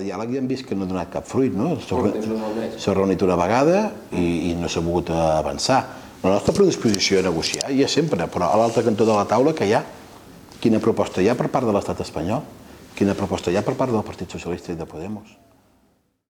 El diàleg ja hem vist que no ha donat cap fruit, no? S'ha Molt de temps no s'ha reunit. s'ha reunit una vegada i, i no s'ha pogut eh, avançar. La nostra predisposició a negociar hi és sempre, però a l'altre cantó de la taula que hi ha? Quina proposta hi ha per part de l'estat espanyol? Quina proposta hi ha per part del Partit Socialista i de Podemos?